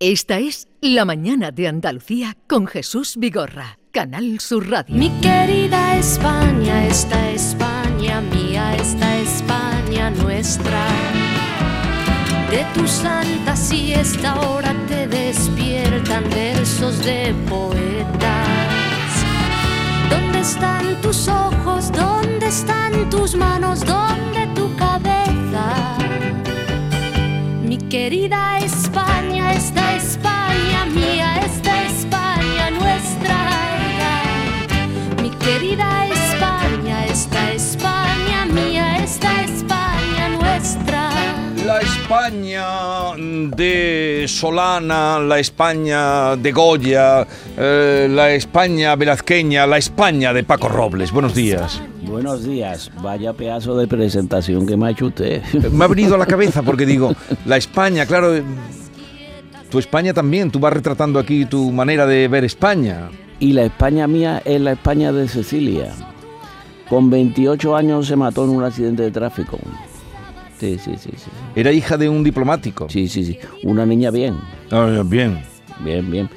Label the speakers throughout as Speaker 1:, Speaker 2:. Speaker 1: Esta es La Mañana de Andalucía con Jesús Vigorra, Canal Sur Radio.
Speaker 2: Mi querida España, esta España mía, esta España nuestra. De tu santa siesta ahora te despiertan versos de poetas. ¿Dónde están tus ojos? ¿Dónde están tus manos? ¿Dónde tu cabeza? Mi querida España, esta España mía, esta España nuestra. Mi querida España, esta España mía, esta España nuestra.
Speaker 3: La España de Solana, la España de Goya, eh, la España velazqueña, la España de Paco Robles. Buenos días.
Speaker 4: Buenos días, vaya pedazo de presentación que me ha hecho usted.
Speaker 3: Me ha venido a la cabeza porque digo, la España, claro, eh, tu España también, tú vas retratando aquí tu manera de ver España.
Speaker 4: Y la España mía es la España de Cecilia. Con 28 años se mató en un accidente de tráfico. Sí, sí, sí, sí.
Speaker 3: Era hija de un diplomático.
Speaker 4: Sí, sí, sí. Una niña bien,
Speaker 3: Ah, bien.
Speaker 4: bien, bien.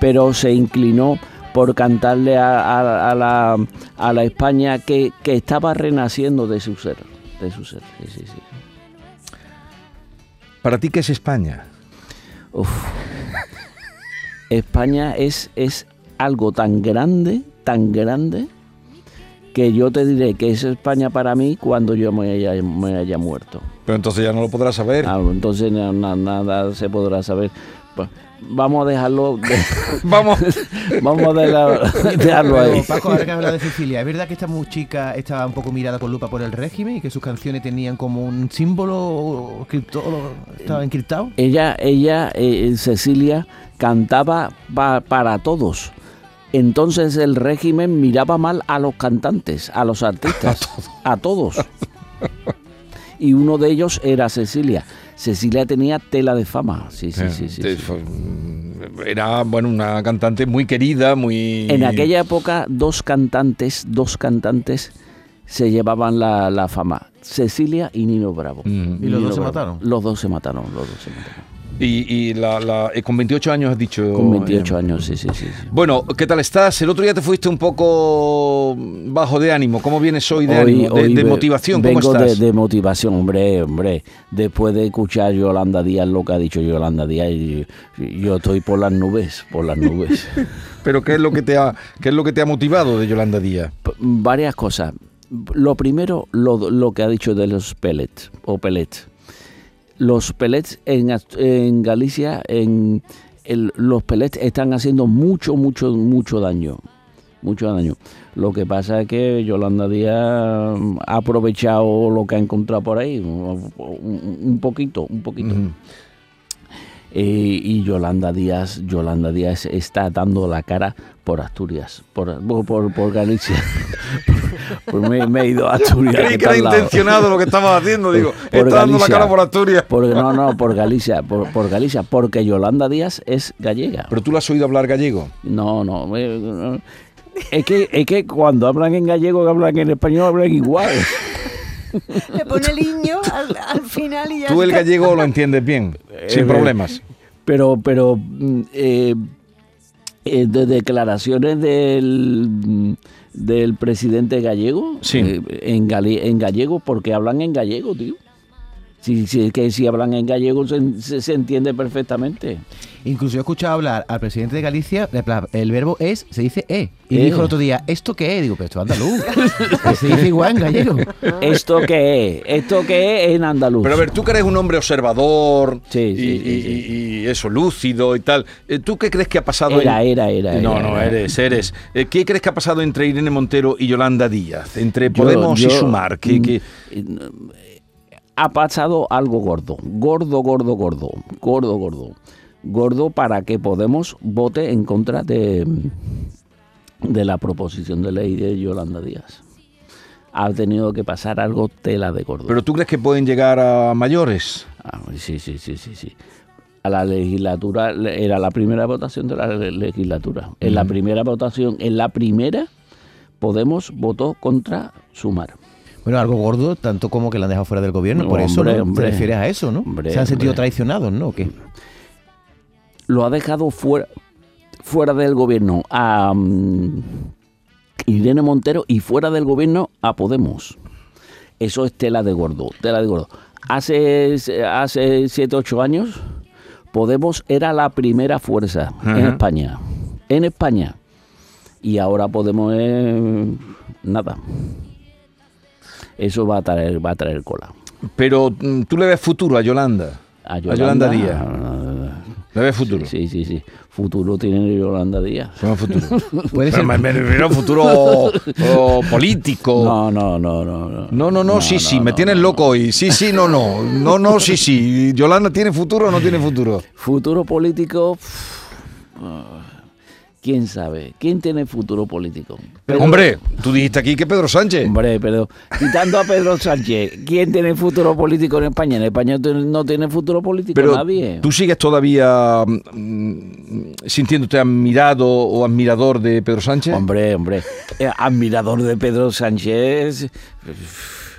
Speaker 4: Pero se inclinó por cantarle a, a- a la, a la España que, que estaba renaciendo de su ser. De su ser, sí, sí, sí.
Speaker 3: ¿Para ti qué es España?
Speaker 4: Uf. España es, es algo tan grande, tan grande, que yo te diré que es España para mí cuando yo me haya, me haya muerto.
Speaker 3: Pero entonces ya no lo podrás saber.
Speaker 4: Ah, entonces na- na- nada se podrá saber. Pa- Vamos a dejarlo, de-
Speaker 3: Vamos.
Speaker 4: vamos a dejarlo, dejarlo ahí.
Speaker 5: Pero, Paco, ahora que habla de Cecilia, ¿es verdad que esta chica estaba un poco mirada con lupa por el régimen y que sus canciones tenían como un símbolo encriptado?
Speaker 4: Eh,
Speaker 5: ¿Estaba encriptado?
Speaker 4: Ella, ella eh, Cecilia, cantaba pa- para todos. Entonces el régimen miraba mal a los cantantes, a los artistas, a, todos. Y uno de ellos era Cecilia. Cecilia tenía tela de fama. Sí, sí, sí, sí,
Speaker 3: Eh,
Speaker 4: sí.
Speaker 3: fue- Era, bueno, una cantante muy querida, muy...
Speaker 4: En aquella época, dos cantantes, dos cantantes se llevaban la, la fama. Cecilia y Nino Bravo.
Speaker 3: Mm.
Speaker 5: ¿Y
Speaker 4: Nino
Speaker 5: los dos se
Speaker 4: Bravo.
Speaker 5: mataron?
Speaker 4: Los dos se mataron, los dos se mataron.
Speaker 3: Y, y la, la- eh, con 28 años has dicho...
Speaker 4: Con 28
Speaker 3: eh,
Speaker 4: años, sí, sí, sí. sí.
Speaker 3: Bueno, ¿qué tal estás? El otro día te fuiste un poco bajo de ánimo. ¿Cómo vienes hoy de
Speaker 4: Hoy-
Speaker 3: ánimo? De,
Speaker 4: hoy
Speaker 3: de
Speaker 4: ve-
Speaker 3: motivación, ¿cómo
Speaker 4: vengo
Speaker 3: estás?
Speaker 4: De, de motivación, hombre, hombre. Después de escuchar Yolanda Díaz, lo que ha dicho Yolanda Díaz, y- y- yo estoy por las nubes, por las nubes.
Speaker 3: Pero ¿qué es lo que te ha, qué es lo que te ha motivado de Yolanda Díaz?
Speaker 4: P- Varias cosas. Lo primero, lo, lo que ha dicho de los pellets o pellets. Los pellets en, Ast- en Galicia, en el- los pellets están haciendo mucho, mucho, mucho daño. Mucho daño. Lo que pasa es que Yolanda Díaz mm, ha aprovechado lo que ha encontrado por ahí. Un, un- un poquito, un poquito.
Speaker 3: Ujú.
Speaker 4: Eh, y Yolanda Díaz, Yolanda Díaz está dando la cara por Asturias, por, por, por- por Galicia. Por- por- me, me he ido a Asturias. que
Speaker 3: Creí que
Speaker 4: está
Speaker 3: era
Speaker 4: al lado.
Speaker 3: intencionado lo que estabas haciendo, digo.
Speaker 4: Por
Speaker 3: Está dando la
Speaker 4: Galicia.
Speaker 3: cara por Asturias.
Speaker 4: Por- no, no, por Galicia, por, por Galicia, porque Yolanda Díaz es gallega.
Speaker 3: Pero tú la has oído hablar gallego.
Speaker 4: No, no. eh, no. Es que, es que cuando hablan en gallego, que hablan en español, hablan igual.
Speaker 6: Le pone el niño al, al final y ya
Speaker 3: Tú el
Speaker 6: está.
Speaker 3: gallego lo entiendes bien, sin
Speaker 4: Eh,
Speaker 3: problemas.
Speaker 4: Pero, pero mm, eh, eh, de declaraciones del, mm, del presidente gallego
Speaker 3: Sí.
Speaker 4: eh, en, gali- en gallego, porque hablan en gallego, tío. Sí, sí, es que si hablan en gallego se, se- se entiende perfectamente.
Speaker 5: Incluso yo he escuchado hablar al presidente de Galicia, en plan, el verbo es, se dice e. Y
Speaker 4: Eh.
Speaker 5: dijo el otro día, ¿esto qué es? Digo, pero esto es andaluz. Que se dice igual en gallego.
Speaker 4: ¿Esto qué es? ¿Esto qué es en andaluz?
Speaker 3: Pero a ver, tú que eres un hombre observador
Speaker 4: Sí,
Speaker 3: y,
Speaker 4: sí, sí,
Speaker 3: y- y eso, lúcido y tal, eh, ¿tú qué crees que ha pasado?
Speaker 4: Era,
Speaker 3: en-
Speaker 4: era, era,
Speaker 3: No,
Speaker 4: era,
Speaker 3: no,
Speaker 4: era.
Speaker 3: eres, eres. Eh, ¿Qué crees que ha pasado entre Irene Montero y Yolanda Díaz? Entre
Speaker 4: Yo-
Speaker 3: Podemos y
Speaker 4: yo- mm,
Speaker 3: Sumar. ¿Qué- qué-
Speaker 4: ha pasado algo gordo, gordo, gordo, gordo, gordo, gordo, gordo para que Podemos vote en contra de, de la proposición de ley de Yolanda Díaz. Ha tenido que pasar algo tela de gordo.
Speaker 3: ¿Pero tú crees que pueden llegar a mayores?
Speaker 4: Ah, sí, sí, sí, sí, sí. A la legislatura le- era la primera votación de la le- legislatura. En la primera votación, en la primera, Podemos votó contra Sumar.
Speaker 5: Bueno, algo gordo, tanto como que la han dejado fuera del gobierno.
Speaker 4: No,
Speaker 5: por eso,
Speaker 4: hombre,
Speaker 5: ¿no?
Speaker 4: hombre.
Speaker 5: Te refieres a eso, ¿no?
Speaker 4: Hombre,
Speaker 5: se han sentido
Speaker 4: hombre.
Speaker 5: traicionados, ¿no? ¿O qué?
Speaker 4: lo ha dejado fuera, fuera del gobierno a mm, Irene Montero y fuera del gobierno a Podemos. Eso es tela de gordo, tela de gordo. Hace, hace 7, 8 años, Podemos era la primera fuerza en
Speaker 3: Ajá.
Speaker 4: España. En España. Y ahora Podemos es nada. Eso va a traer, va a traer cola.
Speaker 3: Pero mm, tú le ves futuro a Yolanda. A Yolanda, Díaz. Le ves futuro.
Speaker 4: Sí, sí, sí. Futuro tiene Yolanda Díaz.
Speaker 3: Le ves futuro. Pero
Speaker 5: Puede ser.
Speaker 3: me, me refiero a futuro o político.
Speaker 4: No, no, no, no. No,
Speaker 3: No, no, no, sí, sí, me
Speaker 4: no,
Speaker 3: tienes
Speaker 4: no.
Speaker 3: loco hoy. Sí, sí, no, no. No, no, sí, sí. ¿Yolanda tiene futuro o no tiene futuro?
Speaker 4: Futuro político. pff, ah, ¿Quién sabe? ¿Quién tiene futuro político? Pedro-
Speaker 3: Hombre, tú dijiste aquí que Pedro Sánchez.
Speaker 4: Hombre, pero quitando a Pedro Sánchez, ¿quién tiene futuro político en España? En España tu- no tiene futuro político
Speaker 3: Pero
Speaker 4: nadie.
Speaker 3: tú sigues todavía mm, sintiéndote admirado o admirador de Pedro Sánchez.
Speaker 4: Hombre, hombre, eh, admirador de Pedro Sánchez. pff,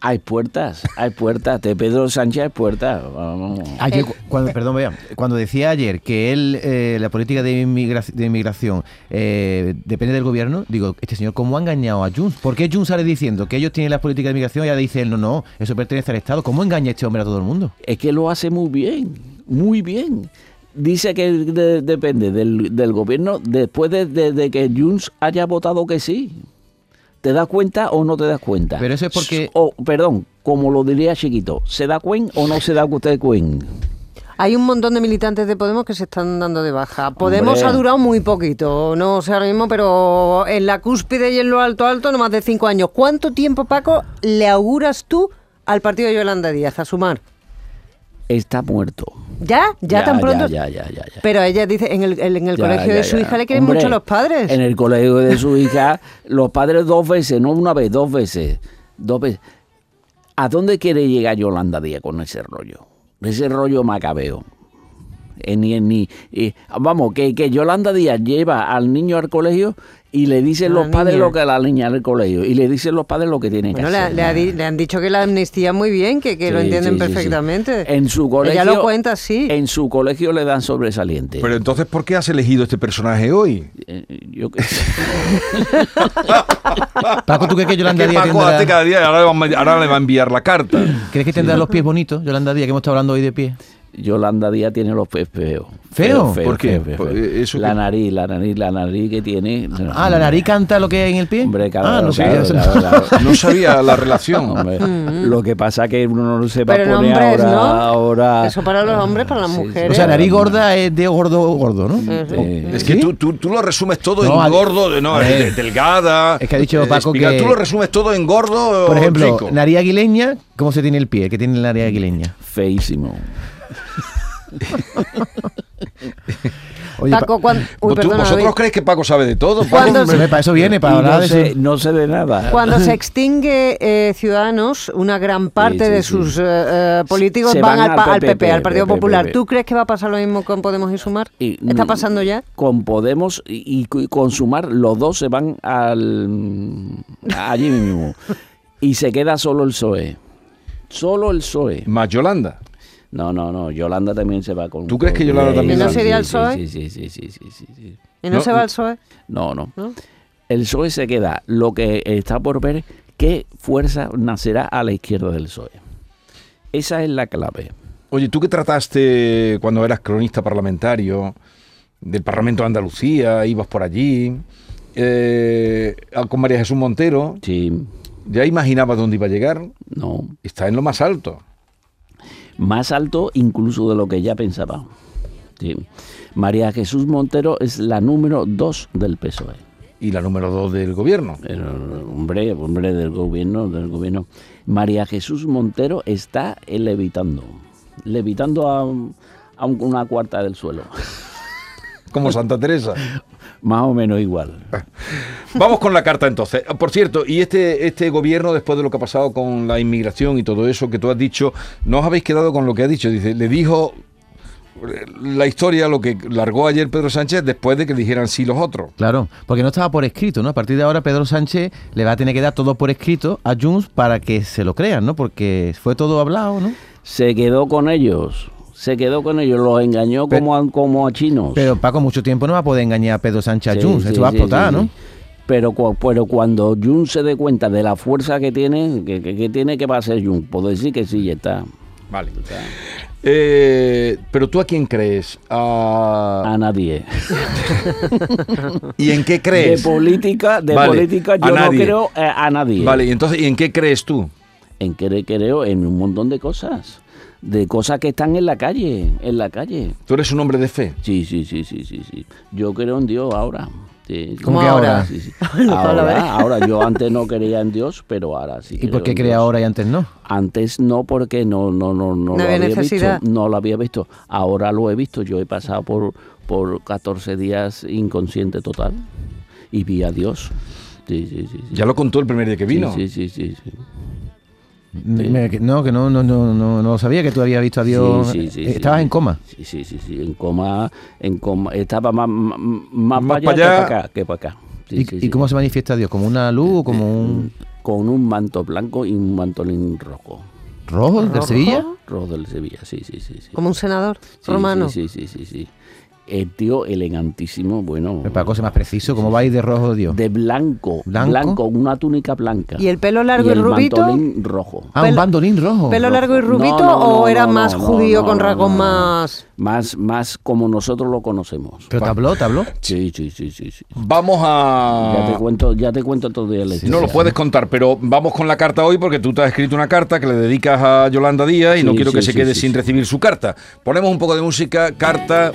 Speaker 4: Hay puertas, hay puertas. De Pedro Sánchez hay puertas. Vamos.
Speaker 5: Ayer, Ah, cu- cuando, perdón, vea, cuando decía ayer que él, eh, la política de, inmigra- de inmigración eh, depende del gobierno, digo, este señor, ¿cómo ha engañado a Junts? ¿Por qué Junts sale diciendo que ellos tienen las políticas de inmigración y ahora dice él, no, no, eso pertenece al Estado? ¿Cómo engaña este hombre a todo el mundo?
Speaker 4: es que lo hace muy bien, muy bien. Dice que de- depende del, del gobierno después de, de- de que Junts haya votado que sí. ¿Te das cuenta o no te das cuenta?
Speaker 5: Pero eso es porque-
Speaker 4: O, perdón, como lo diría Chiquito, ¿se da cuen o no se da usted cuen?
Speaker 6: Hay un montón de militantes de Podemos que se están dando de baja. Podemos
Speaker 4: Hombre.
Speaker 6: ha durado muy poquito, no sé ahora mismo, pero en la cúspide y en lo alto alto no más de cinco años. ¿Cuánto tiempo, Paco, le auguras tú al partido de Yolanda Díaz a sumar?
Speaker 4: Está muerto.
Speaker 6: ¿Ya? ¿Ya, tan pronto?
Speaker 4: Ya, ya, ya, ya.
Speaker 6: Pero ella dice, en el, en el
Speaker 4: Ya,
Speaker 6: colegio
Speaker 4: ya,
Speaker 6: de su
Speaker 4: ya.
Speaker 6: hija le quieren
Speaker 4: Hombre,
Speaker 6: mucho los padres.
Speaker 4: En el colegio de su hija, los padres dos veces, no una vez, dos veces. Dos veces. ¿A dónde quiere llegar Yolanda Díaz con ese rollo? Ese rollo macabeo. Eh, ni, ni, eh, vamos, que, que Yolanda Díaz lleva al niño al colegio y le dicen
Speaker 6: A
Speaker 4: los
Speaker 6: la
Speaker 4: padres
Speaker 6: niña.
Speaker 4: lo que la niña al colegio y le dicen los padres lo que tienen
Speaker 6: Bueno,
Speaker 4: que
Speaker 6: le, ha-
Speaker 4: hacer.
Speaker 6: le ha di- le han dicho que la amnistía muy bien, que, que lo
Speaker 4: Sí,
Speaker 6: entienden
Speaker 4: sí, sí, sí.
Speaker 6: perfectamente.
Speaker 4: En su colegio.
Speaker 6: Ella lo cuenta así.
Speaker 4: En su colegio le dan sobresaliente.
Speaker 3: Pero entonces, ¿por qué has elegido este personaje hoy?
Speaker 4: Eh, yo qué sé.
Speaker 5: Paco, ¿tú crees que Yolanda
Speaker 3: Es que
Speaker 5: Díaz
Speaker 3: Paco
Speaker 5: tendrá-
Speaker 3: hace cada día, ahora le, va, ahora le va a enviar la carta.
Speaker 5: ¿Crees que tendrá los pies bonitos, Yolanda Díaz, que hemos estado hablando hoy de pies?
Speaker 4: Yolanda Díaz tiene los pies feos.
Speaker 5: ¿Feo? Pues,
Speaker 3: ¿Por qué?
Speaker 4: feo, feo,
Speaker 3: Por-
Speaker 4: feo.
Speaker 3: eh, eso
Speaker 4: la
Speaker 3: que-
Speaker 4: nariz, la nariz, la nariz que tiene.
Speaker 5: Ah, ¿la nariz canta lo que hay en el pie?
Speaker 4: Hombre, claro,
Speaker 5: ah, no
Speaker 4: claro,
Speaker 5: sé.
Speaker 4: claro, claro.
Speaker 3: No sabía la relación.
Speaker 4: Hombre, lo que pasa es que uno no se va
Speaker 6: Mm. Pero
Speaker 4: a
Speaker 6: en
Speaker 4: poner
Speaker 6: hombres,
Speaker 4: ahora,
Speaker 6: ¿no?
Speaker 4: ahora-
Speaker 6: Eso para los hombres, para las mujeres.
Speaker 5: O sea, nariz gorda es de gordo gordo, ¿no?
Speaker 4: Eh,
Speaker 3: Es que tú, tú, tú lo resumes todo
Speaker 5: No, a-
Speaker 3: en gordo, de- no,
Speaker 5: a ver.
Speaker 3: de- delgada.
Speaker 5: Es que ha dicho
Speaker 3: eh,
Speaker 5: Paco
Speaker 3: espiga-
Speaker 5: que-
Speaker 3: Tú lo resumes todo en gordo.
Speaker 5: Por ejemplo,
Speaker 3: chico.
Speaker 5: nariz aguileña, ¿cómo se tiene el pie? ¿Qué tiene la nariz aguileña?
Speaker 4: Feísimo.
Speaker 5: Oye, pa-
Speaker 6: Paco, cuando, uy,
Speaker 3: ¿Tú-
Speaker 6: perdona,
Speaker 3: ¿Vosotros
Speaker 6: David.
Speaker 3: creéis que Paco sabe de todo? Paco,
Speaker 6: ¿Cuándo
Speaker 5: Hombre,
Speaker 6: se-
Speaker 5: para eso
Speaker 4: Y
Speaker 5: viene, para hablar
Speaker 4: no,
Speaker 5: de
Speaker 4: sé,
Speaker 5: eso.
Speaker 4: no sé de nada.
Speaker 6: Cuando se extingue eh, Ciudadanos, una gran parte
Speaker 4: sí,
Speaker 6: de
Speaker 4: sí.
Speaker 6: sus eh, eh, políticos
Speaker 4: Se
Speaker 6: van,
Speaker 4: van
Speaker 6: al,
Speaker 4: al
Speaker 6: pa- al PP,
Speaker 4: PP,
Speaker 6: al Partido
Speaker 4: PP.
Speaker 6: Popular. ¿Tú crees que va a pasar lo mismo con Podemos y Sumar?
Speaker 4: Y-
Speaker 6: ¿Está pasando ya?
Speaker 4: Con Podemos y, y cu- y con Sumar, los dos se van al allí mismo. y se queda solo el PSOE. E. Solo el PSOE.
Speaker 3: Más Yolanda.
Speaker 4: No, no, no. Yolanda también se va con.
Speaker 3: ¿Tú crees
Speaker 4: con-
Speaker 3: que Yolanda
Speaker 4: Eh,
Speaker 3: también
Speaker 6: ¿Y no
Speaker 4: sí,
Speaker 6: sería el
Speaker 4: sí,
Speaker 6: PSOE?
Speaker 4: Sí, sí, sí, sí, sí, sí, sí.
Speaker 6: ¿Y no,
Speaker 3: No,
Speaker 6: se va al PSOE?
Speaker 4: No, no.
Speaker 6: E? ¿No?
Speaker 4: El PSOE se queda. Lo que está por ver qué fuerza nacerá a la izquierda del PSOE. Esa es la clave.
Speaker 3: Oye, tú que trataste cuando eras cronista parlamentario del Parlamento de Andalucía, ibas por allí, eh, con María Jesús Montero,
Speaker 4: Sí,
Speaker 3: ya imaginabas dónde iba a llegar.
Speaker 4: no.
Speaker 3: Está en lo más alto.
Speaker 4: más alto incluso de lo que ya pensaba. Sí. María Jesús Montero es la número dos del PSOE.
Speaker 3: Y la número dos del gobierno.
Speaker 4: El hombre, hombre del gobierno, del gobierno. María Jesús Montero está eh, levitando, levitando a, a un- una cuarta del suelo,
Speaker 3: Como Santa Teresa.
Speaker 4: más o menos igual.
Speaker 5: Ah.
Speaker 3: Vamos con la carta entonces. Por cierto, y este, este gobierno, después de lo que ha pasado con la inmigración y todo eso que tú has dicho, no os habéis quedado con lo que ha dicho. Dice, le dijo eh, la historia, lo que largó ayer Pedro Sánchez, después de que dijeran sí los otros.
Speaker 5: Claro, porque no estaba por escrito, ¿no? A partir de ahora Pedro Sánchez le va a tener que dar todo por escrito a Junts para que se lo crean, ¿no? Porque fue todo hablado, ¿no?
Speaker 4: Se quedó con ellos, Se quedó con ellos, los engañó
Speaker 5: Pero-
Speaker 4: como, a, como a chinos.
Speaker 5: Pero Paco, mucho tiempo no va a poder engañar a Pedro Sánchez
Speaker 4: Sí,
Speaker 5: a Junts.
Speaker 4: sí,
Speaker 5: Esto va a
Speaker 4: sí,
Speaker 5: explotar,
Speaker 4: sí,
Speaker 5: ¿no?
Speaker 4: sí. Pero, cu- pero cuando Jun se dé cuenta de la fuerza que tiene, que, que- que tiene que va a ser Jun, puedo decir que sí, ya está.
Speaker 3: Vale. Eh, pero tú a quién crees?
Speaker 5: Ah.
Speaker 3: A-
Speaker 4: A nadie.
Speaker 3: ¿Y en qué
Speaker 4: De
Speaker 3: crees?
Speaker 4: política, de
Speaker 3: Vale,
Speaker 4: política
Speaker 3: a
Speaker 4: yo no
Speaker 3: nadie.
Speaker 4: creo eh, a nadie.
Speaker 3: Vale, y entonces, ¿y en qué crees tú?
Speaker 4: En que le creo en un montón de cosas. De cosas que están en la calle, en la calle.
Speaker 3: Tú eres un hombre de fe.
Speaker 4: Sí, sí, sí, sí, sí, sí. Yo creo en Dios ahora. Sí, sí.
Speaker 5: ¿Cómo ¿Cómo que ahora? ahora?
Speaker 4: Sí, sí.
Speaker 6: Bueno, Pablo, a ver.
Speaker 4: Ahora, ahora, yo antes no creía en Dios, pero ahora sí.
Speaker 5: ¿Y por
Speaker 4: creo
Speaker 5: qué
Speaker 4: en
Speaker 5: cree
Speaker 4: Dios.
Speaker 5: ahora y antes no?
Speaker 4: Antes no, porque no, no, no, no, lo
Speaker 6: había
Speaker 4: había
Speaker 6: necesidad.
Speaker 4: visto. No lo había visto. Ahora lo he visto. Yo he pasado por, por 14 días inconsciente total y vi a Dios. Sí, sí, sí. sí.
Speaker 3: Ya lo contó el primer día que
Speaker 4: Sí,
Speaker 3: vino.
Speaker 4: Sí, sí, sí. sí.
Speaker 5: Me- que- no, que no, no, no, no, no sabía que tú habías visto a Dios.
Speaker 4: Sí, sí, sí,
Speaker 5: Eh,
Speaker 4: sí,
Speaker 5: Estabas
Speaker 4: sí.
Speaker 5: en coma.
Speaker 4: Sí, sí, sí, sí, en coma, en coma. Estaba más, más,
Speaker 3: Más
Speaker 4: para
Speaker 3: para allá.
Speaker 4: allá, que para acá. que para acá. Sí,
Speaker 5: ¿Y,
Speaker 4: sí, Eh,
Speaker 5: y
Speaker 4: sí.
Speaker 5: cómo se manifiesta Dios? ¿Como una luz o como un
Speaker 4: Con un manto blanco y un mantolín rojo.
Speaker 5: rojo del Sevilla?
Speaker 4: eh, Rojo del Sevilla, sí, sí, sí. sí.
Speaker 6: Como un senador
Speaker 4: Sí,
Speaker 6: romano.
Speaker 4: Sí, sí, sí, sí, sí. El tío elegantísimo, bueno.
Speaker 5: Pero Para cosas más preciso, ¿cómo va a ir de rojo Dios?
Speaker 4: De blanco,
Speaker 5: ¿Blanco?
Speaker 4: blanco, una túnica blanca.
Speaker 6: ¿Y el pelo largo y
Speaker 4: el
Speaker 6: rubito?
Speaker 4: mantolín rojo.
Speaker 5: Ah, un
Speaker 6: Pelo-
Speaker 5: bandolín rojo.
Speaker 6: ¿Pelo largo y
Speaker 4: No,
Speaker 6: rubito
Speaker 4: no, no,
Speaker 6: o
Speaker 4: no,
Speaker 6: era
Speaker 4: no,
Speaker 6: más
Speaker 4: no,
Speaker 6: judío
Speaker 4: no,
Speaker 6: con
Speaker 4: no,
Speaker 6: rasgos
Speaker 4: no, no.
Speaker 6: más...?
Speaker 4: Más, más como nosotros lo conocemos.
Speaker 5: Pero tabló, tabló.
Speaker 4: Sí, sí, sí, sí. sí.
Speaker 3: Vamos
Speaker 4: Ya te
Speaker 3: a...
Speaker 4: cuento, ya te cuento todo el día.
Speaker 3: Ah. No lo puedes contar, pero vamos con la carta hoy porque tú te has escrito una carta que le dedicas a Yolanda Díaz y no
Speaker 4: Sí,
Speaker 3: quiero que
Speaker 4: sí,
Speaker 3: se
Speaker 4: sí,
Speaker 3: quede
Speaker 4: sí,
Speaker 3: sin
Speaker 4: sí.
Speaker 3: recibir su carta. Ponemos un poco de música, carta...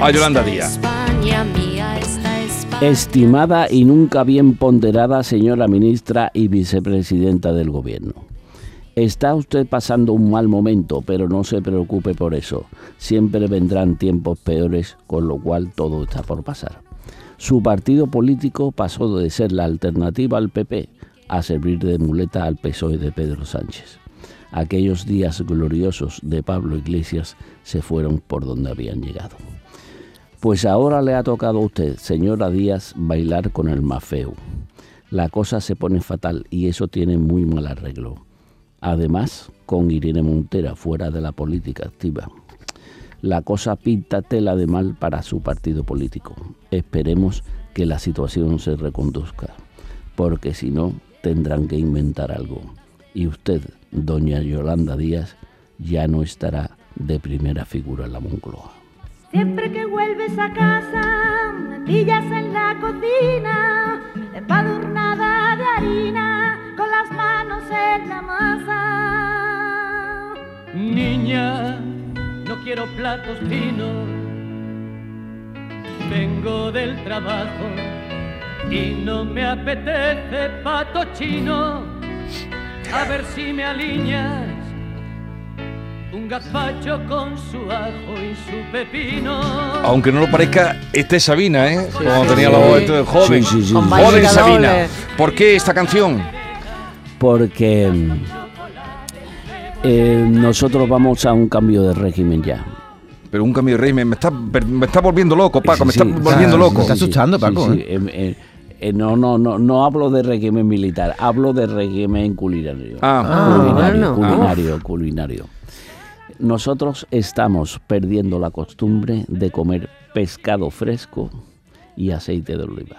Speaker 3: a Yolanda Díaz.
Speaker 2: España mía, esta España.
Speaker 4: Estimada y nunca bien ponderada señora ministra y vicepresidenta del gobierno. Está usted pasando un mal momento, pero no se preocupe por eso. Siempre vendrán tiempos peores, con lo cual todo está por pasar. Su partido político pasó de ser la alternativa al PP a servir de muleta al PSOE E de Pedro Sánchez. Aquellos días gloriosos de Pablo Iglesias se fueron por donde habían llegado. Pues ahora le ha tocado a usted, señora Díaz, bailar con el más feo. La cosa se pone fatal y eso tiene muy mal arreglo. Además, con Irene Montera fuera de la política activa. La cosa pinta tela de mal para su partido político. Esperemos que la situación se reconduzca, porque si no, tendrán que inventar algo. Y usted, doña Yolanda Díaz, ya no estará de primera figura en la Moncloa.
Speaker 7: Siempre que vuelves a casa, me pillas en la cocina, empadurnada de harina, con las manos en la masa.
Speaker 8: Niña, no quiero platos finos. Vengo del trabajo y no me apetece pato chino. A ver si me alineas un gazpacho con su ajo y su pepino.
Speaker 3: Aunque no lo parezca, esta es Sabina, ¿eh? Cuando tenía la voz de joven.
Speaker 4: Sí, sí, sí,
Speaker 6: Con
Speaker 4: sí.
Speaker 6: baile
Speaker 3: Joven
Speaker 6: cada
Speaker 3: Sabina.
Speaker 6: doble.
Speaker 3: ¿Por qué esta canción?
Speaker 4: porque mm, eh, nosotros vamos a un cambio de régimen ya.
Speaker 3: Pero un cambio de régimen. Me está, me está volviendo loco, Paco. me
Speaker 4: Sí,
Speaker 3: está
Speaker 4: sí,
Speaker 3: volviendo
Speaker 5: Ah,
Speaker 4: sí,
Speaker 3: loco.
Speaker 5: me está
Speaker 4: sí,
Speaker 5: asustando,
Speaker 4: sí,
Speaker 5: Paco,
Speaker 4: sí, eh, eh, eh, no, no, no, no hablo de régimen militar, hablo de régimen culinario.
Speaker 3: Ah,
Speaker 6: Ah,
Speaker 4: culinario,
Speaker 6: bueno.
Speaker 4: culinario, culinario. Nosotros estamos perdiendo la costumbre de comer pescado fresco y aceite de oliva.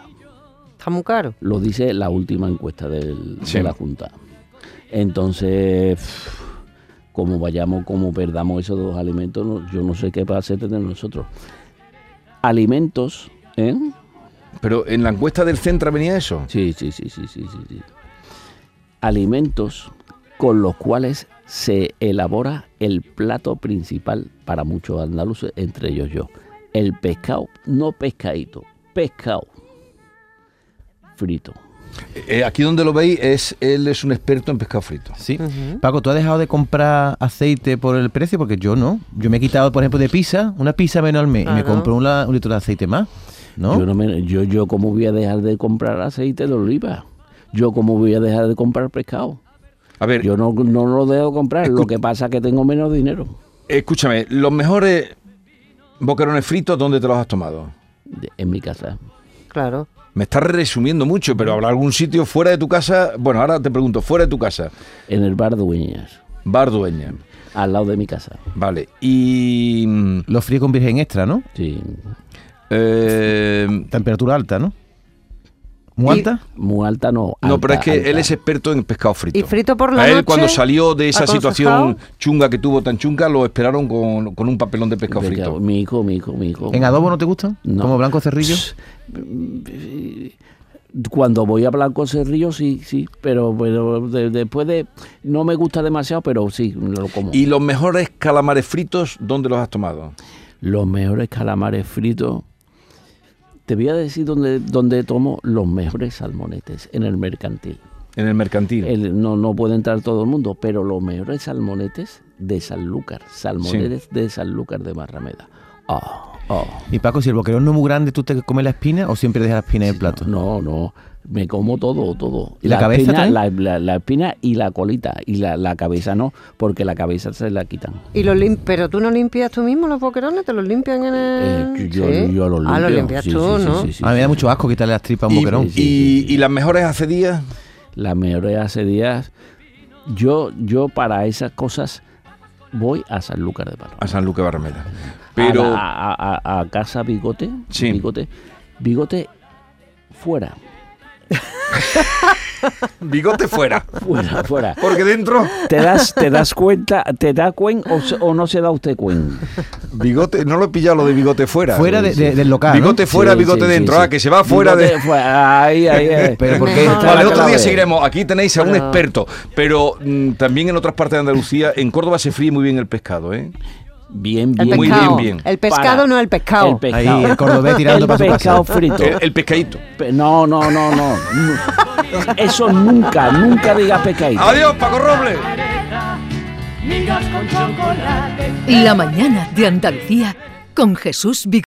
Speaker 6: Está muy caro.
Speaker 4: Lo dice la última encuesta del-
Speaker 3: Sí.
Speaker 4: de la Junta. Entonces, pff, como vayamos, como perdamos esos dos alimentos, no- yo no sé qué va a hacer de nosotros. Alimentos, ¿eh?
Speaker 3: pero en la encuesta del centro venía eso.
Speaker 4: Sí, sí, sí, sí, sí, sí, sí. Alimentos con los cuales se elabora el plato principal para muchos andaluces, entre ellos yo. El pescado, no pescadito, pescado frito.
Speaker 3: Eh, aquí donde lo veis, es él es un experto en pescado frito.
Speaker 5: Sí.
Speaker 6: ¿Mm?
Speaker 5: Paco, ¿tú has dejado de comprar aceite por el precio? Porque yo no. Yo me he quitado, por ejemplo, de pizza, una pizza menos al mes, y me
Speaker 6: Claro.
Speaker 5: compro un, la- un litro de aceite más. ¿No?
Speaker 4: Yo, no me- yo, yo cómo voy a dejar de comprar aceite de oliva. Yo cómo voy a dejar de comprar pescado.
Speaker 3: A ver,
Speaker 4: Yo no, no lo dejo comprar. Lo
Speaker 3: Escu-
Speaker 4: que pasa es que tengo menos dinero.
Speaker 3: escúchame, los mejores boquerones fritos, ¿dónde te los has tomado?
Speaker 4: de- en mi casa.
Speaker 6: Claro.
Speaker 3: Me estás resumiendo mucho, pero habrá algún sitio fuera de tu casa. Bueno, ahora te pregunto, fuera de tu casa.
Speaker 4: En el bar de Dueñas.
Speaker 3: Bardueña.
Speaker 4: al lado de mi casa.
Speaker 3: Vale. Y. mm,
Speaker 5: Lo frío con virgen extra, ¿no?
Speaker 4: Sí,
Speaker 3: eh,
Speaker 5: Temperatura alta, ¿no? ¿Muy
Speaker 6: Y-
Speaker 5: alta?
Speaker 4: muy alta no.
Speaker 3: no, pero es
Speaker 4: alta,
Speaker 3: que él
Speaker 4: alta.
Speaker 3: es experto en pescado frito.
Speaker 6: ¿Y frito por la
Speaker 3: A él,
Speaker 6: noche?
Speaker 3: cuando salió de esa
Speaker 6: ¿Aconsejado?
Speaker 3: situación chunga que tuvo tan chunga, lo esperaron con, con un papelón de pescado
Speaker 4: Venga,
Speaker 3: frito.
Speaker 4: Mi hijo, mi hijo, mi hijo.
Speaker 5: ¿En adobo no te gustan?
Speaker 4: No.
Speaker 5: ¿Como blanco cerrillo?
Speaker 4: Cuando voy a Blanco Cerrillo, sí, sí, pero, pero de- después de... No me gusta demasiado, pero sí, lo como.
Speaker 3: ¿Y los mejores calamares fritos, dónde los has tomado?
Speaker 4: los mejores calamares fritos. Te voy a decir dónde, dónde tomo los mejores salmonetes, en el mercantil.
Speaker 3: En el mercantil.
Speaker 4: El- no, no puede entrar todo el mundo, pero los mejores salmonetes de Sanlúcar, salmonetes de Sanlúcar de Barrameda. Ah, ah.
Speaker 5: Y Paco, si el boquerón no es muy grande, ¿tú te comes la espina o siempre dejas la espina en el plato?
Speaker 4: No, no, me como todo, todo.
Speaker 5: ¿Y la cabeza
Speaker 4: espina, la,
Speaker 5: también?
Speaker 4: la- la espina y la colita, y la, la cabeza no, porque la cabeza se la quitan.
Speaker 6: Y los lim- pero tú no limpias tú mismo los boquerones, te los limpian en el...
Speaker 4: Eh, yo,
Speaker 6: Sí.
Speaker 4: yo los limpio.
Speaker 6: Ah, los limpias
Speaker 4: Sí,
Speaker 6: tú,
Speaker 4: sí, sí,
Speaker 6: ¿no?
Speaker 4: sí, sí,
Speaker 5: a mí me da
Speaker 4: sí.
Speaker 5: mucho asco quitarle las tripas a un
Speaker 3: y,
Speaker 5: boquerón.
Speaker 3: y, y las mejores hace días,
Speaker 4: la mejor hace días. Yo, yo para esas cosas voy a Sanlúcar de Palo.
Speaker 3: a San Luque Barrameda. Pero.
Speaker 4: A, la- a- a- a casa Bigote.
Speaker 3: Sí.
Speaker 4: Bigote. Bigote fuera.
Speaker 3: Bigote fuera.
Speaker 4: Fuera, fuera.
Speaker 3: Porque dentro.
Speaker 4: Te das, te das cuenta, te da cuen o, se- o no se da usted cuen.
Speaker 3: Bigote. No lo he pillado lo de bigote fuera.
Speaker 5: Fuera de- de- del local. ¿no?
Speaker 3: Bigote fuera,
Speaker 4: Sí,
Speaker 3: bigote
Speaker 4: sí, sí,
Speaker 3: dentro.
Speaker 4: sí.
Speaker 3: Ah, que se va fuera
Speaker 4: Bigote
Speaker 3: de.
Speaker 4: fuera. Ahí, ahí, ahí.
Speaker 5: Pero ¿por qué?
Speaker 6: Mejor.
Speaker 5: está-
Speaker 3: Vale,
Speaker 4: la
Speaker 3: otro día
Speaker 4: clave.
Speaker 3: seguiremos. Aquí tenéis a un
Speaker 6: Pero-
Speaker 3: experto, pero mm, también en otras partes de Andalucía, en Córdoba se fríe muy bien el pescado, ¿eh?
Speaker 4: Bien,
Speaker 6: El
Speaker 4: bien.
Speaker 3: Muy
Speaker 6: pescado.
Speaker 3: bien, bien.
Speaker 6: El pescado,
Speaker 4: Para-
Speaker 6: no el pescado.
Speaker 4: El pescado.
Speaker 5: Ahí, el cordobés tirando
Speaker 4: El
Speaker 5: para su
Speaker 4: pescado
Speaker 5: casa.
Speaker 4: frito.
Speaker 3: El, el pescadito.
Speaker 4: Pe- No, no, no, no. Nu- Eso nunca, nunca digas pescadito.
Speaker 3: Adiós, Paco Robles.
Speaker 8: migas con chocolate.
Speaker 1: La mañana de Andalucía con Jesús Vigorra.